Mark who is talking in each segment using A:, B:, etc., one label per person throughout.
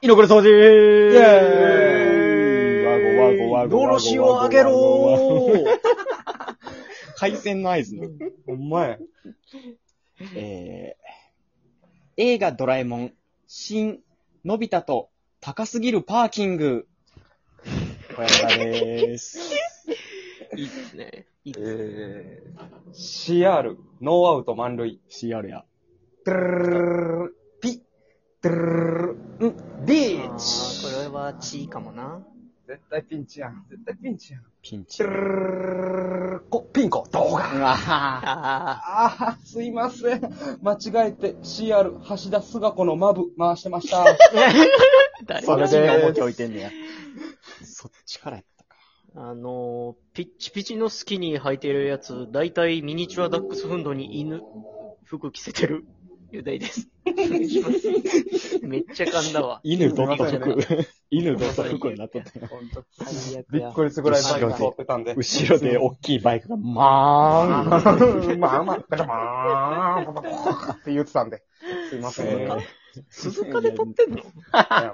A: 居残り掃除イ
B: イ
A: ェ
B: ェーイわごわごわごわごわごわ
A: のろしをあげろー
B: 海鮮の合図の、
A: お前。
B: えー映画ドラえもん、新、のび太と、高すぎるパーキング。小山でーす。
C: いいですね。いいですね。
A: えー、CR、ノーアウト満塁。
B: CR や。
A: ドゥルルルルルピドゥルルルルんビーチ
C: あーこれは地位かもな。
A: 絶対ピンチやん。絶対ピンチやん。
B: ピンチ。
A: ドゥルルルルルルこ、ピンコ、動画
B: わは
C: あ
A: ああ、すいません。間違えて CR、橋田須賀子のマブ回してました。
C: あ、誰
B: そ
A: そ
B: れ
A: れ
C: が
A: で
B: で、
A: ーす
B: 今日いてんねや。そっちからやったか。
C: あのー、ピッチピチのスキニー履いてるやつ、だいたいミニチュアダックスフンドに犬、服着せてる、雄大 です。めっちゃ噛んだわ。
B: 犬どっと
C: すいませ
B: 服。犬どっと服になっとったよ。
C: ほんと、最悪
A: び
C: や
A: っ。くりするぐらいバイク通ってたんで。
B: 後ろで大きいバイクが、まーん。
A: まあまあ、ガチャマーン、パパパパって言ってたんで。すいません。い
B: え
A: や
B: ー
C: 鈴鹿で撮ってんの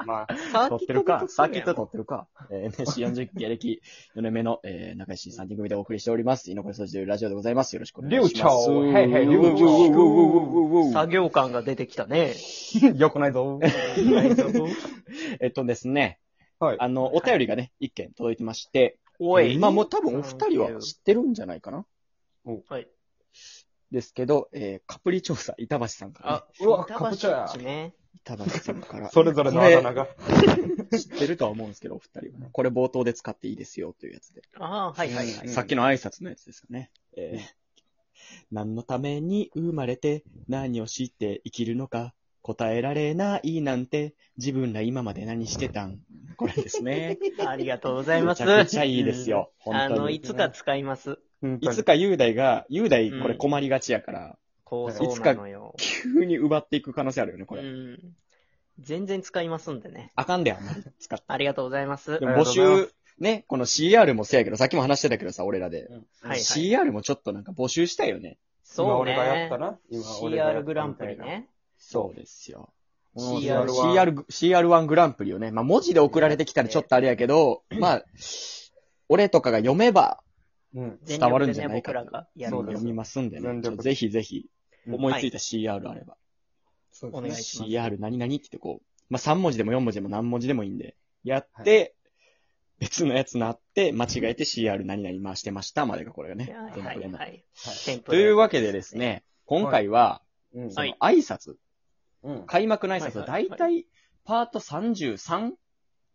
A: まあ、
C: サ
B: 撮ってるか、サーキット
C: と。
B: 撮ってるか。えー、NC40 芸歴4年目の、えー、中石3人組でお送りしております。居残り掃除というラジオでございます。よろしくお願いします。
A: 流暢はいはい流暢
B: うううううううう
C: 作業感が出てきたね。
A: よくないぞ。
B: えっとですね、
A: はい。
B: あの、お便りがね、一件届いてまして、
C: おい。
B: まあもう多分お二人は知ってるんじゃないかな。
C: はい。
B: ですけど、えー、カプリ調査、板橋さんから、ね
C: あ、、
A: うわ
C: 板
A: かぼちゃや
C: 橋っちね。
B: 板橋さんから、
A: それぞれのあだ名が。
B: こ れ知ってるとは思うんですけど、お二人はね、これ冒頭で使っていいですよというやつで。
C: ああ、はいはいは
A: う
C: い
A: ん。
B: さっきの挨拶のやつですかね。え ー何のために生まれて何を知って生きるのか答えられないなんて自分ら今まで何してたんこれです ね。
C: ありがとうござい
B: め
C: ま
B: ち
C: す。
B: ゃくちゃいいですよ。
C: うん。
B: 本
C: あ
B: 当に。
C: の、いつか使います。
B: いつ
A: か。
B: か雄大が、雄大これ困りがちやから、
C: こう、
A: い
C: そうなのよ。
B: 急に奪っていく可能性あるよね、こ
C: う
B: れ。
C: ん。全然使いますんでね。
B: あかんで、あんまり使 って。
C: ありがとうございます。
B: で
C: は
B: も募
A: ありがとうござい
B: 集、ね、この CR もそうやけど、さっきも話してたけどさ、俺らで。
C: いはい。
B: CR もちょっとなんか募集したいよね。
C: そう
A: 今俺がや
C: ね
A: った。な。今俺がやった
C: CR グランプリ。ね。
B: そうですよ。
C: CR1
B: CR、CR1 グランプリをね、まあ文字で送られてきたらちょっとあれやけど、まあ、俺とかが読めば
A: うん。
C: 全
B: 伝わ
C: 力
B: るん
C: で
B: じゃ
C: ね、
B: ないか
C: 僕
B: と
C: らがや
A: そ
C: る
A: うで
B: 読
A: す
B: みますんでね
A: 全。力
B: ちょっとぜひぜひ、
A: うん
B: 思いついた CR あれば。
A: そう
C: お
A: で
C: 願い
A: すね。
C: します。
B: CR 何々って言ってこう、まあ3文字でも4文字でも何文字でもいいんで、やって、別のやつなって、間違えて CR 何々回してましたまでがこれがね
C: は。い
B: 全
C: は
B: 力で
C: い
B: な
C: はい。
A: は
C: テンプ
B: と
C: レ
B: いうわけでです。ね、今回は、
A: い。
B: その
C: はい
B: 挨拶、
A: うん。
B: 開幕の挨拶、だいたいパート 33?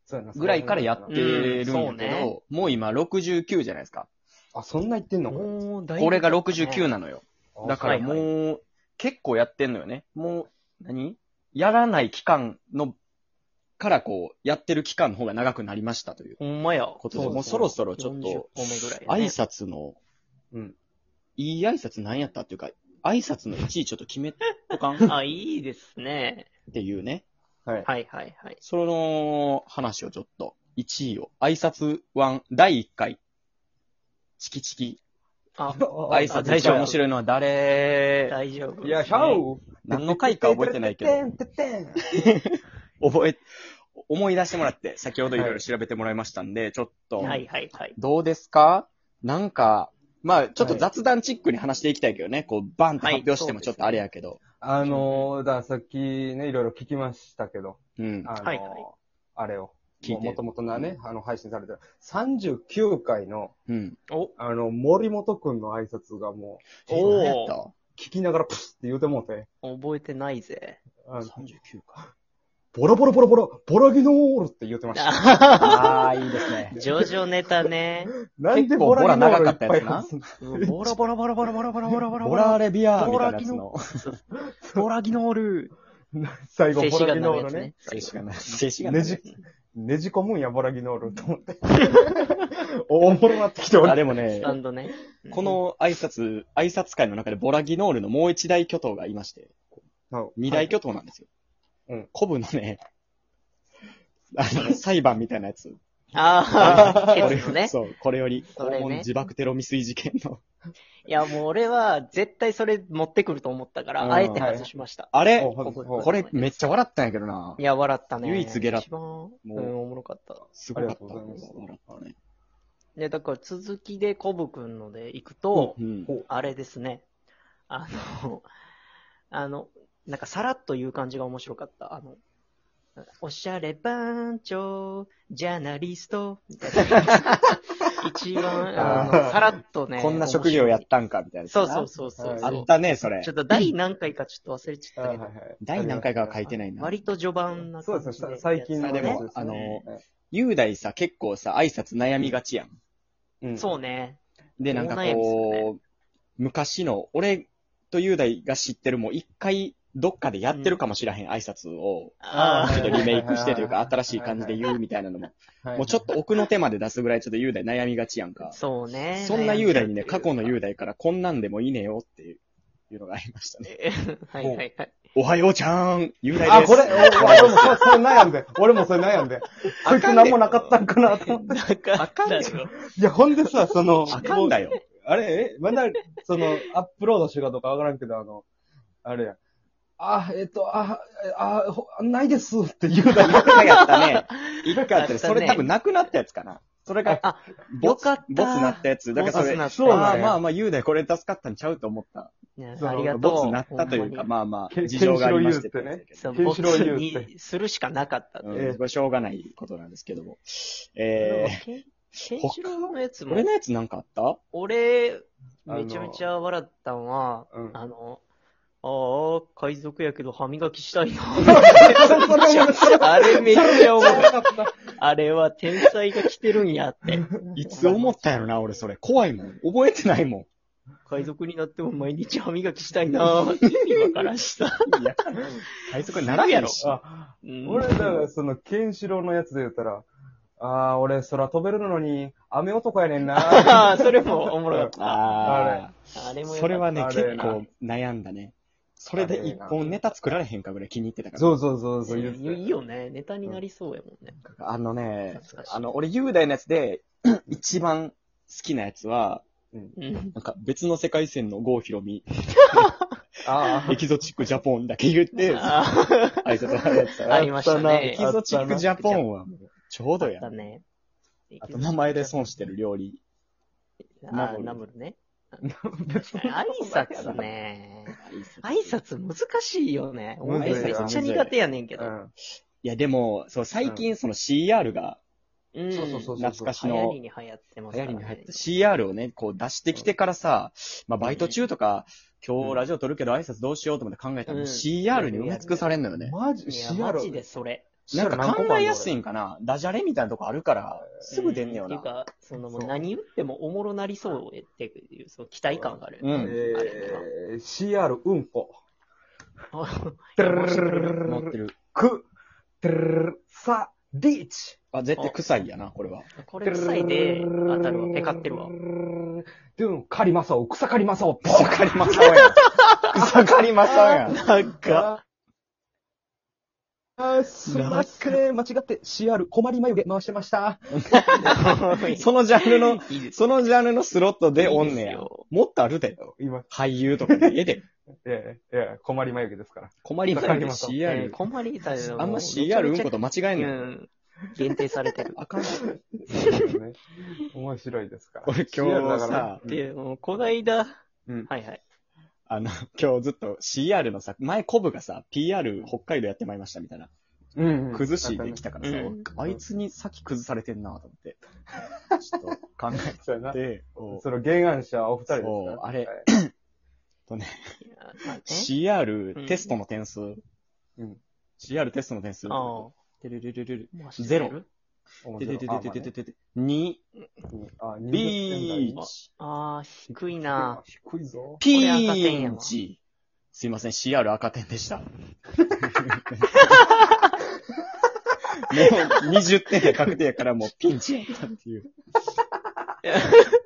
A: そうやな
B: ぐらいからやってるん
C: うん
B: だ
C: そう
B: け
C: ね
B: ど、もう今69じゃないですか。
A: あ、そんな言ってんのこ
C: おーだいぶ
B: これが69なのよ。
A: れ。
B: だから
C: はい
B: もう、結構やってんのよね。もう、何やらない期間の、からこう、やってる期間の方が長くなりましたという
C: ほんまや。こ
B: ことで、
A: そうそう
B: もうそろそろちょっ
C: 40
B: と、
C: 個目ぐらいや
B: 挨
C: ね。
B: 拶の、
A: うん。
B: いい挨拶なんやったっていうか、挨拶の1位ちょっと決めとかんっ
C: あ、いいですね。
B: ていうね。
A: はい。
C: はいはいはい。
B: その話をちょっと、1位を、挨拶1、第1回、チキチキ、
C: あ、
B: 挨拶一番面白いのは誰
C: 大丈夫。
A: いや、シャオ
B: 何の回か覚えてないけど、覚え、思い出してもらって、先ほどいろいろ調べてもらいましたんで、ちょっと、
C: はいはいはい。
B: どうですかなんか、まあ、ちょっと雑談チックに話していきたいけどね、こう、バンって発表してもちょっとあれやけど、
A: あのー、だからさっきね、いろいろ聞きましたけど、
B: うん
A: あ。のー
C: はいはい
A: あれを、
B: 聞いて
A: もともとなね、あの、配信されてる。39回の、
B: うん。
C: お、
A: あの、森本くんの挨拶がも
B: 何や
C: お
B: った
A: う、聞きながらプスって言うてもうて、
C: 覚えてないぜ。
A: あの
B: ?39 か。
A: ボロボロボロボロ、ボロギノールって言うてました。
B: ああ、いいですね。
C: ジョジョネタね。
A: なんで
B: 結構
A: ボ
B: ボラ
A: ラギノールいっぱい
B: 長かっ
C: ボロボロボロボロボロボロボロボロ
B: ボラーレビアーみ
C: ボ
B: た
C: ラ
B: いなや
C: ギ
B: つ
C: ノ
B: の、
C: ボラギノール。
A: 最後、
C: 静
A: ボラ
C: 止画
A: ギ
C: にな
A: ノ
C: る
A: ー
C: や
A: ル
C: つ
A: ね
C: ね。。
B: 静止画な、静止画な
A: ねじ、ねじ込むんや、ボラギノールと思って。おおもろなってきてお
B: あ、
A: る。
B: でもね
C: ス、タンドね。
B: こ、の挨拶、挨拶会の中でボラギノールのもう一大巨頭がいまして、二大巨頭なんですよ。
A: はいうん
B: コブのね、あの、裁判みたいなやつ。
C: ああ、
B: こ
C: ケ
B: れ
C: ツのね。
B: そう、これより、
C: それ
B: 肛
C: ね
B: 門自爆テロ未遂事件の。
C: いや、もう俺は絶対それ持ってくると思ったか
B: うん
C: ら、あえて外しました。
B: あれ
A: おほ
C: こ
A: ほ
C: こ。
B: これめっちゃ笑ったんやけどない
C: や、笑ったね。
B: 唯一ゲラ
C: 一番、うん、おもろかった。
B: すごかった。
A: ありがとうございます
B: 笑ったね。
C: で、だから続きでコブくんので行くと、
B: うん。
C: あれですね。あの、 あの、なんかさらっと言う感じが面白かった。あの、おしゃれ番長、ジャーナリスト、 みたいな。一番、あの、さらっとね。
B: こんな職業やったんかみたい
C: 面
B: な。
C: 白いそうそうそうそ
B: あ
C: う。
B: ったね、それ
C: ちょ。っと第何回かちょっと忘れちゃっ
A: は
C: たけ
A: い
C: ど
A: は、いはい
B: 第何回かは書いてないな。
C: 割と序盤な
A: そう
C: 感
A: で
C: じ
A: すね
C: で。
A: 最近の
B: あで
A: やつ
B: も
A: ですね。
B: 雄大さ、結構さ、挨拶悩みがちやん。
A: うん
C: そうね。
B: で、なんか
C: お悩みっすよ
B: こう、昔の、俺と雄大が知ってるもう一回、どっかでやってるかもしらへん挨拶を、
A: あー
B: ちょっとリメイクしてというか、
A: はいはいは
B: 新
A: い
B: しい感じで言うみたいなのも、
A: はい
B: もうちょっと奥の手まで出すぐらいちょっと雄大悩みがちやんか。
C: そうね。
B: そんな雄大にね、過去の雄
C: う
B: 大からこんなんでもいいねよっていう。いうのがありましたね。
C: はいはいはい。
B: おはようちゃーん雄大
A: あ、
B: です
A: これ、俺もそそれ悩んで。俺もそれ悩んで。こいつ何もなかったんかなと思って。
C: だから、あかんでしょ。
A: いや、ほんでさ、その、
B: あかんだよ。
A: あれ、え、まだ、その、アップロードしてるかどうかわからんけど、あの、あれや。あ、えっと、あ、あ、ほないですって言うだけ。
B: 一回やったね。一回やった
C: あったね
B: ね。それ多分なくなったやつかな。それが、
C: あ
B: ボ
C: よ
B: ツ、
C: かった
B: ボツなったやつ。だからそれ、
C: ボツ
A: そう
C: な
A: な
C: っ
A: ん
B: まあ
A: や
B: まあまあ、雄大これ助かったんちゃうと思った。
C: たね
A: そう
C: ありがとう。
B: ボツなったというか、
C: ほんま
B: まあま
A: ケ
B: あ、事情がありまして。
A: ケンシロウ言うって
C: に。そう、
A: ケン
C: ボ
A: シ
C: ツ
A: ロウ言うって
C: にするしかなかった。
B: う
A: ええ
B: ん、これしょうがないことなんですけども。えー、
C: ケンケンシロウのやつも
B: 俺、のやつなんかあった
C: 俺、
A: あの
C: めちゃめちゃ笑ったんは
A: うん、
C: あの、ああ、海賊やけど歯磨きしたいな。 あれめっちゃ思う。あれは天才が来てるんやって。
B: いつ思ったやろな、俺それ。怖いもん。覚えてないも
C: 海賊になっても毎日歯磨きしたいなーって今からした。
B: ん。いや、海賊にならへんし。
A: あ、
C: うん
A: 俺、だから、その、ケンシロウのやつで言ったら、あー、俺、空飛べるのに、雨男やねん な。
C: ああ、 それもおもろかっ
B: あ
C: た。あれ
B: あ、
C: も
B: それはね、
A: あれ
B: 結
A: な
B: 構悩んだね。それで一本ネタ作られへんかぐらい気に入ってたから。
A: そうそうそう、そう
C: い
A: 言って
C: いよね。ネタになりそうやもんね。
B: あのね
C: 懐か、しい
B: あの、俺、雄大のやつで、一番好きなやつは、
C: うん。
B: なんか別の世界線の郷ひろみ、
A: あ
B: エキゾチックジャポンだけ言っ て、挨
C: あ
B: 拶されて
C: あ、あ
B: た。
C: りました
B: エ
C: ね。
B: キゾチックジャポンはもう、ちょうど
C: あ
B: や
C: った。ね。
B: あと名前で損してる料理。ナ
C: あ
B: ムル
C: ーナムルね。挨拶ね。挨拶難しいよね。
A: む
B: ずい
C: 挨
B: よ
C: 拶めっちゃ苦手やねんけ
A: あ。う
C: ど。
A: ん。
B: いや、でも、そう、最近その CR が
C: うん
A: そうそうそう。
B: 懐かし
C: 流
B: の
C: 行りに流行ってます
B: 流
C: か
B: 行り
C: らね。
B: に入った CR をね、こう出してきてからさ、まあバイト中とか、今日ラジオ撮るけど挨拶どうしようと思って考えたら、
C: うん
B: CR に埋め尽くされんのよね。
A: マジ、
C: いや、マジ
A: CR
C: で。それ。
B: なんか考えやすい
A: ん
B: んかなダジャレみたいなとこあるから、すぐ出んねよ
C: う
B: な
C: ってい。うか、そのも
A: そう
C: う何言ってもおもろなりそうっていう、その期待感がある。
B: うん
A: えー、CR うんこ。
C: あれは
B: 持ってる。
A: く、てるるるさ、リーチ。
B: あ、絶対臭いやな、これは。
C: これ臭い で当たるわ。ペカってるわ。
A: でも、狩りまさお、草刈りまさお。
B: 草刈りまさおやん。草刈りまさおやん。
C: なん か、
A: あー、すいません。間違って CR 困り眉毛回してました。
B: そのジャンルの、
C: いいです
B: そのジャンルのスロットでおん
C: い
B: ね
C: いです
B: や。
C: よ
B: もっとあるで。
A: 今、
B: 俳優とかで家で。
A: ええ、ええ、困り眉毛です から。
B: 困りま
A: 草
B: さ
A: 刈り
B: よ。
A: まさお
C: えー
B: CR。
C: 困りたい
B: あんま CR うんこと
C: も
B: 間違え
C: うん
B: ねん。
C: ん。限定されてる。
B: あかん。
A: ね面白いですから。
B: 俺今
A: CR
B: 日
A: だから
B: さ、
C: で、もうこないだ、
A: うん
C: はいはい。
B: あの、今日ずっと CR のさ、前コブがさ、PR 北海道やってまいりましたみたいな。
A: うんうん
B: 崩しできたからさ、
C: うん
B: あいつに先崩されてんなと思って。ちょっと考
A: そうやな
B: えて、こう
A: その原案者はお二人ですか
B: そう、あれ、
A: はい
C: いやまあね
B: CR テストの点数、
A: うん。
B: CR テストの点数、
C: ああ
B: てるるるるる、
C: もう知って
B: ゼ
C: る
B: ロ
A: 面
B: て
A: 白い
B: ててててててて、2、
A: あ、20点台
B: ビー
A: 今
B: チ、
C: ああ、低いな。
A: 低いぞ。
B: ピ
C: これ赤点や
B: ーン
C: わ
B: チ。すいません、CR 赤点で した。もう20点で確定やからもうピンチやったっていう。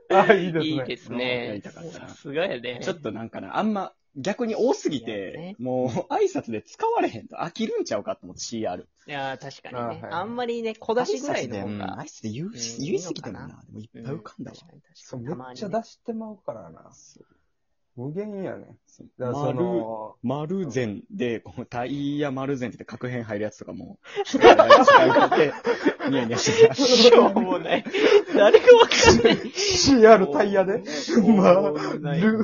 A: あ、いいですね。
C: いいですね
B: やりたか。ったな
C: さすがやね。
B: ちょっとなんかな、あんま逆に多すぎて、
C: いやね
B: もう挨拶で使われへんと飽きるんちゃうかと思って CR。
C: いやー、確かにね。あ,、
A: あはいはい
C: んまりね、小出しぐらいの
B: 挨拶で、う
C: 方
B: ん、挨
C: が。
B: 拶で言う、
C: ん
B: 言いすぎても
C: いいの
B: な、でもいっ
C: う
B: ぱい浮かんだわ。
C: 確かに確かに
A: そう、め
C: た
A: っ
C: まに
A: ちゃ
C: ね
A: 出してまうからな。
B: そう
A: 無限やね。
B: そう
A: だからその、
B: 丸善で、このタイヤ丸善って言って格変入るやつとかも、使い勝手、ニヤニヤしてた。
C: しょうもない。誰がわかんない。
A: CR タイヤで、ま
C: ない
A: る、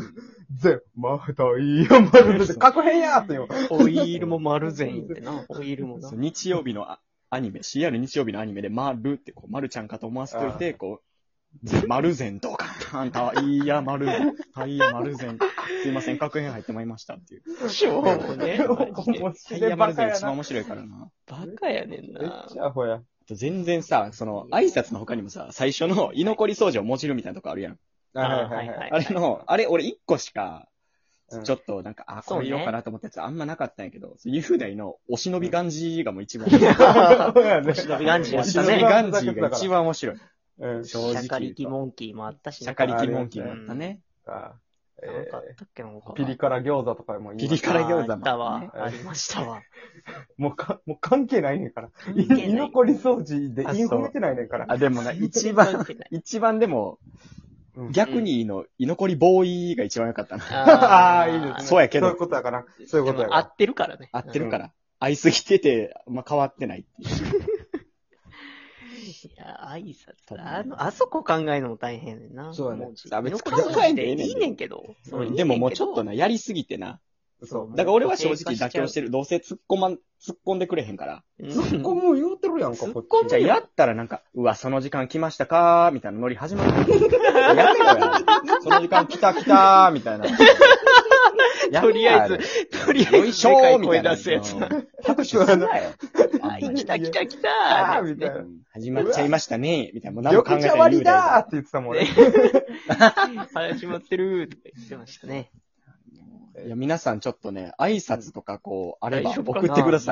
A: ぜ、ま、タイヤ、まるで、確変やーって言う。
C: オイールも丸善言って な。オイールもな
B: そう。日曜日のあアニメ、CR 日曜日のアニメで、まるって、こう、まるちゃんかと思わせといて、こう、まるぜん、ドカーン、タイヤまるぜん、タイヤまるぜん、すいません、格変入ってまいりました っていう。
C: しょうもね。 マ
B: タイ
A: 面白
C: ジで
B: ヤ
A: い
B: ま
A: バ
B: る
A: カ
B: ぜん
A: や
B: 一番
A: な。
B: 面白いからな。
C: バカやねん
A: めっ
C: な。
A: ちゃアホや。
B: あと全然さ、その、挨拶の他にもさ、最初の居残り掃除をもじるみたいなとこあるやん。
A: はいはいはい。
B: あれの、あれ俺一個しか、
A: うん
B: ちょっとなんか、あ、これ言おう
C: そうね
B: かなと思ったやつあんまなかったんやけど、雄大のお忍びガンジーがもう一番、
A: そうやね
C: お忍びガンジー
B: お
C: やった
B: 忍
C: ね
B: びガンジーが一番面白い。
A: うん。
B: 正直
C: シャカリキ
B: 言うと。
C: モンキーもあったしね。
B: シャカリキモンキーもあったね。
A: あえ
C: なんかあっ
A: ー
C: たっけな、他
A: ピリ辛餃子とかもいい。
B: ピリ辛餃子
C: あ
B: もあ
C: った
B: った
C: わ
B: ね。
C: ありましたわ。
A: もうか、もう関係ないねんから。
C: 関係ない
A: 居残り掃除で
B: あ
A: インフメてないねんから。
B: あ、でもな、一 番、一番でも、
A: うん
B: 逆にいいの、居残りボーイが一番良か ったな。
A: ああー、いいですね。
B: そうやけど
A: そういうことやから。そういうことやか
C: でも合
A: ら。
C: ってるからね。
B: 合ってる
C: うん
B: から。合いすぎてて、まあ、変わってないっていう。
C: いや、挨拶。あの、あそこ考えるのも大変やねんな。
A: そうやね
C: 文字
B: あ別に
C: 残り掃除っていいねんけど。
A: えねん
C: そう
B: でももうちょっと
C: ね。
B: な、やりすぎてな。
A: そう。
B: だから俺は正直妥協してる。どうせ突っ込まん、突っ込んでくれへんから。
A: 突っ込む言うてるやんか、
C: 突っ込む
A: こっち。
B: じゃあやったらなんか、うわ、その時間来ましたかーみたいなノリ 始まる。やめろよ。その時間来た来たーみたいな。
C: とりあえ
B: やめろ
C: ず
B: よ、
C: とりあえ
B: よい
C: ず、
B: しょ
C: でか
B: ー
C: い
B: みた
C: 声
B: いな。
C: 出すやつ。
B: うん 拍手すなよ。
C: あ来た来た来
A: あ
C: た
A: ーみたいな。
B: 始まっちゃいましたねみたいな。もう何も
A: よ
B: 考え
A: くち
B: ない
A: ゃ割りだーって言ってたもんね。
C: 話まってるとか言ってましたね。
B: いや、皆さんちょっとね、挨拶とかこう、あれば
C: 大丈夫か
B: 送
C: な
B: ってください。